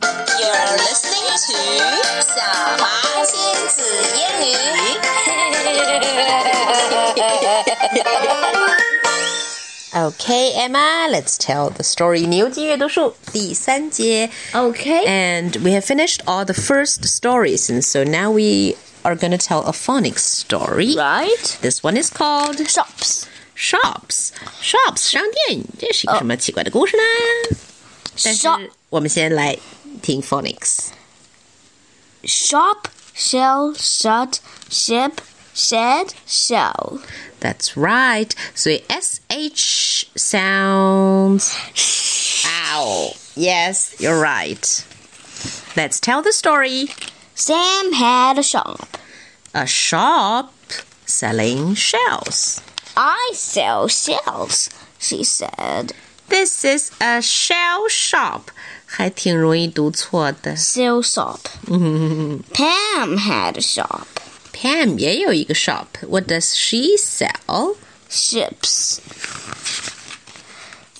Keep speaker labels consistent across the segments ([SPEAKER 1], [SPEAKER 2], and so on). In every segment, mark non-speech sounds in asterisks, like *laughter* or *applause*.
[SPEAKER 1] You're listening to 小华仙子英语。Okay, Emma, let's tell the story. 牛津阅读树第三节。
[SPEAKER 2] Okay.
[SPEAKER 1] And we have finished all the first stories, and so now we are going to tell a phonics story.
[SPEAKER 2] Right.
[SPEAKER 1] This one is called
[SPEAKER 2] Shops.
[SPEAKER 1] Shops. Shops 商店，这是一个什么奇怪的故事呢？但是
[SPEAKER 2] Shop
[SPEAKER 1] 我们先来听 phonics。
[SPEAKER 2] Shop. Shell. Shut. Ship. Shed. Shell.
[SPEAKER 1] That's right. 所以 sh sounds. Ow. Yes, you're right. Let's tell the story.
[SPEAKER 2] Sam had a shop.
[SPEAKER 1] A shop selling shells.
[SPEAKER 2] I sell shells. She said.
[SPEAKER 1] This is a shell shop. 还挺容易读错的。Pam *laughs*
[SPEAKER 2] Sell shop. Pam had a shop.
[SPEAKER 1] 也有一个 shop. What does she sell?
[SPEAKER 2] ships.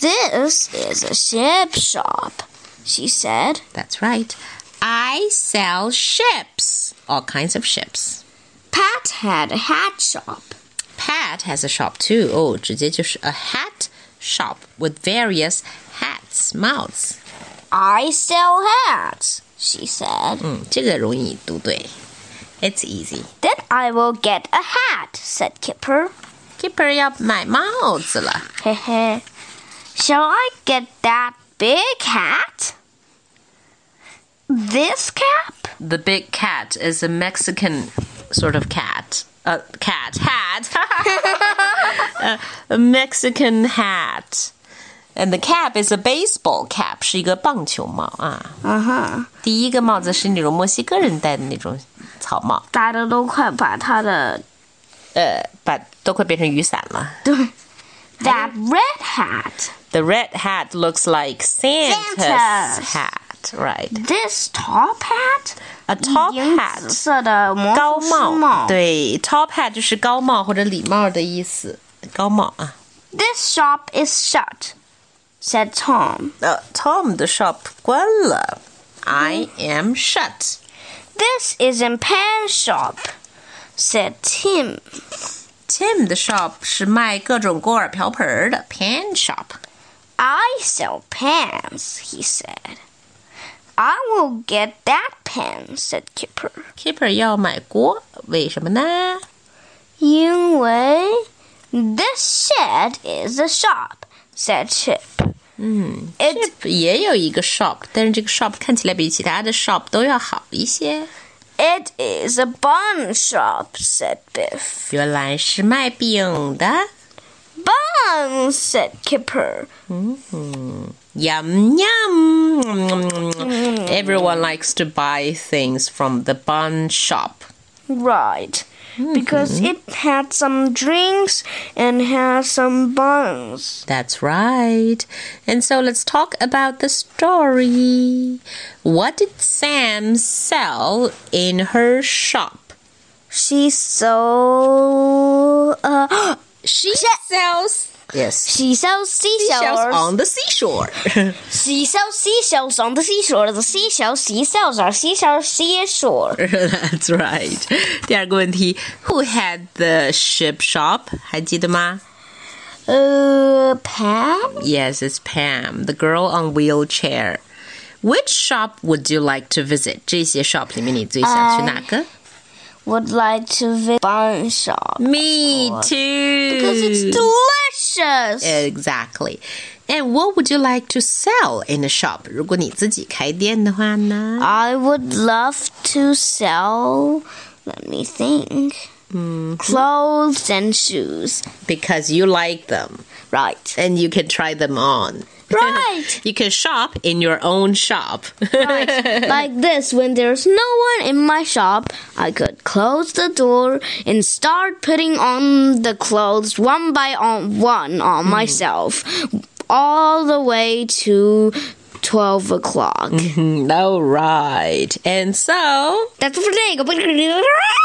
[SPEAKER 2] This is a ship shop, she said.
[SPEAKER 1] That's right. I sell ships. All kinds of ships.
[SPEAKER 2] Pat had a hat shop.
[SPEAKER 1] Pat has a shop too. Oh, 哦，直接就是 a hat shop with various hats, mouths.
[SPEAKER 2] I sell hats, she said.
[SPEAKER 1] 嗯，这个容易读对。It's easy.
[SPEAKER 2] Then I will get a hat, said Kipper.
[SPEAKER 1] Keeper 要买帽子了。
[SPEAKER 2] Hehe. Shall I get that big hat?
[SPEAKER 1] *laughs*
[SPEAKER 2] This cap?
[SPEAKER 1] The big cat is a Mexican sort of cat. A cat hat. *laughs* a Mexican hat. And the cap is a baseball cap, 是一个棒球帽啊。
[SPEAKER 2] Uh huh.
[SPEAKER 1] 第一个帽子是那种墨西哥人戴的那种草帽，呃，把 Uh, 都快变成雨伞了。
[SPEAKER 2] That red hat.
[SPEAKER 1] The red hat looks like Santa's,
[SPEAKER 2] Santa's.
[SPEAKER 1] hat, right?
[SPEAKER 2] This top hat?
[SPEAKER 1] A top hat，高帽，对，top hat 就是高帽或者礼帽的意思，高帽啊。
[SPEAKER 2] This shop is shut, said Tom.
[SPEAKER 1] 呃，Tom 的 shop 关了，I am shut。
[SPEAKER 2] This isn't Pan's shop, said Tim.
[SPEAKER 1] Tim 的 shop 是卖各种锅碗瓢盆儿的，pan shop。
[SPEAKER 2] I sell pens, he said. I will get that pen, said Kipper.
[SPEAKER 1] Keeper 要买锅，为什么呢？
[SPEAKER 2] "因为 this shed is a shop, said Chip. It,
[SPEAKER 1] Chip 也有一个 shop，但是这个 shop 看起来比其他的 shop 都要好一些。
[SPEAKER 2] it is a bun shop, said Biff.
[SPEAKER 1] 原来是卖饼的
[SPEAKER 2] Bun, said Kipper.
[SPEAKER 1] ，yum yum。Everyone likes to buy things from the bun shop。
[SPEAKER 2] Right. Because it had some drinks and had some buns.
[SPEAKER 1] That's right. And so let's talk about the story. What did Sam sell in her shop?
[SPEAKER 2] She sold. Uh,
[SPEAKER 1] She sells yes
[SPEAKER 2] she sells seashells.
[SPEAKER 1] seashells on the seashore.
[SPEAKER 2] she sells seashells on the seashore. The seashells, seashells are seashore, seashore.
[SPEAKER 1] *laughs* That's right. 第二个问题，Who had the ship shop? 还记得吗？
[SPEAKER 2] Uh, Pam?
[SPEAKER 1] Yes, it's Pam, the girl on wheelchair. Which shop would you like to visit? 这些 shop 里面你最想去哪个？
[SPEAKER 2] Would like to visit bun shop.
[SPEAKER 1] Me Oh, too.
[SPEAKER 2] Because it's
[SPEAKER 1] Mm.
[SPEAKER 2] delicious.
[SPEAKER 1] Eh. Exactly. And what would you like to sell in a shop? 如果你自己开店的话呢？
[SPEAKER 2] I would love to sell. Let me think. Clothes and shoes.
[SPEAKER 1] Because you like them
[SPEAKER 2] Right.
[SPEAKER 1] and you can try them on.
[SPEAKER 2] Right.
[SPEAKER 1] you can shop in your own shop. *laughs*
[SPEAKER 2] like this, when there's no one in my shop, I could close the door and start putting on the clothes one by on one on myself, all the way to twelve
[SPEAKER 1] Hmm.
[SPEAKER 2] o'clock.
[SPEAKER 1] All right. And so.
[SPEAKER 2] That's for today. *laughs*